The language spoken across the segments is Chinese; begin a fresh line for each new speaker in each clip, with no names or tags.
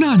大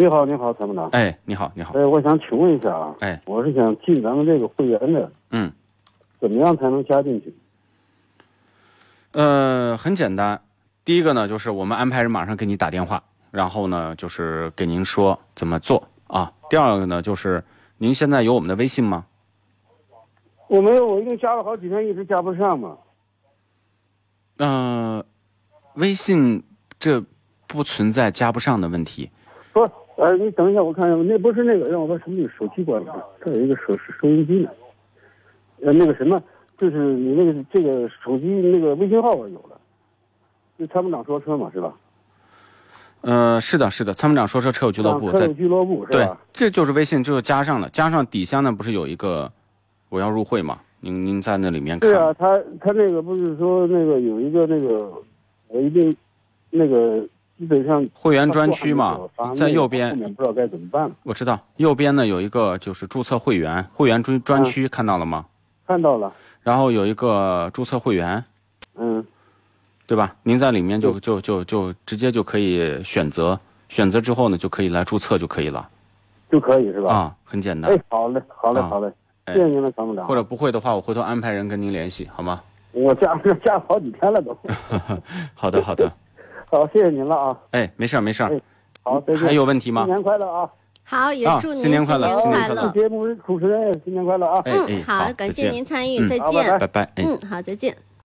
你好，你好，参谋长。
哎，你好，你好。
哎，我想请问一下啊，
哎，
我是想进咱们这个会员的，
嗯，
怎么样才能加进去？
呃，很简单，第一个呢，就是我们安排人马上给你打电话，然后呢，就是给您说怎么做啊。第二个呢，就是您现在有我们的微信吗？
我没有，我已经加了好几天，一直加不上嘛。
嗯、微信这不存在加不上的问题。
不是，呃，你等一下，我看一下，那不是那个，让我把手机手机关了，这有一个手收音机呢。呃，那个什么，就是你那个这个手机那个微信号我有了，就参谋长说车嘛，是吧？
呃，是的，是的，参谋长说车车友俱乐部
啊车
在
友俱乐部是
对
吧？，
这就是微信，这就加上了，加上底下呢不是有一个我要入会嘛？您您在那里面看
对啊，他他那个不是说那个有一个那个，我一定那个基本上
会员专区嘛
我发那，个
在右
后面
边
不知道该怎么办了。
我知道右边呢有一个就是注册会员，会员专
嗯
专区看到了吗？
看到了，
然后有一个注册会员，
嗯，
对吧？您在里面就就就就直接就可以选择，选择之后呢就可以来注册就可以了
就可以是吧？
啊，很简单
哎。，好嘞，好嘞，
啊
好嘞，
哎
谢谢您了，参谋长
或。者不会的话，我回头安排人跟您联系，好吗？
我加 加了好几天了都，
好的，好的。
好，谢谢您了啊。
哎，没事儿，没事儿
哎。好，再见。
还有问题
新
吗？
年快乐啊！
好，也
啊
祝您
新年快乐新年快乐
好节目主持人也新年快乐啊！
哎哎，
嗯，好，
再
感谢
见
您参与，再
好拜
见
拜。
拜拜。哎。
嗯，好，再见。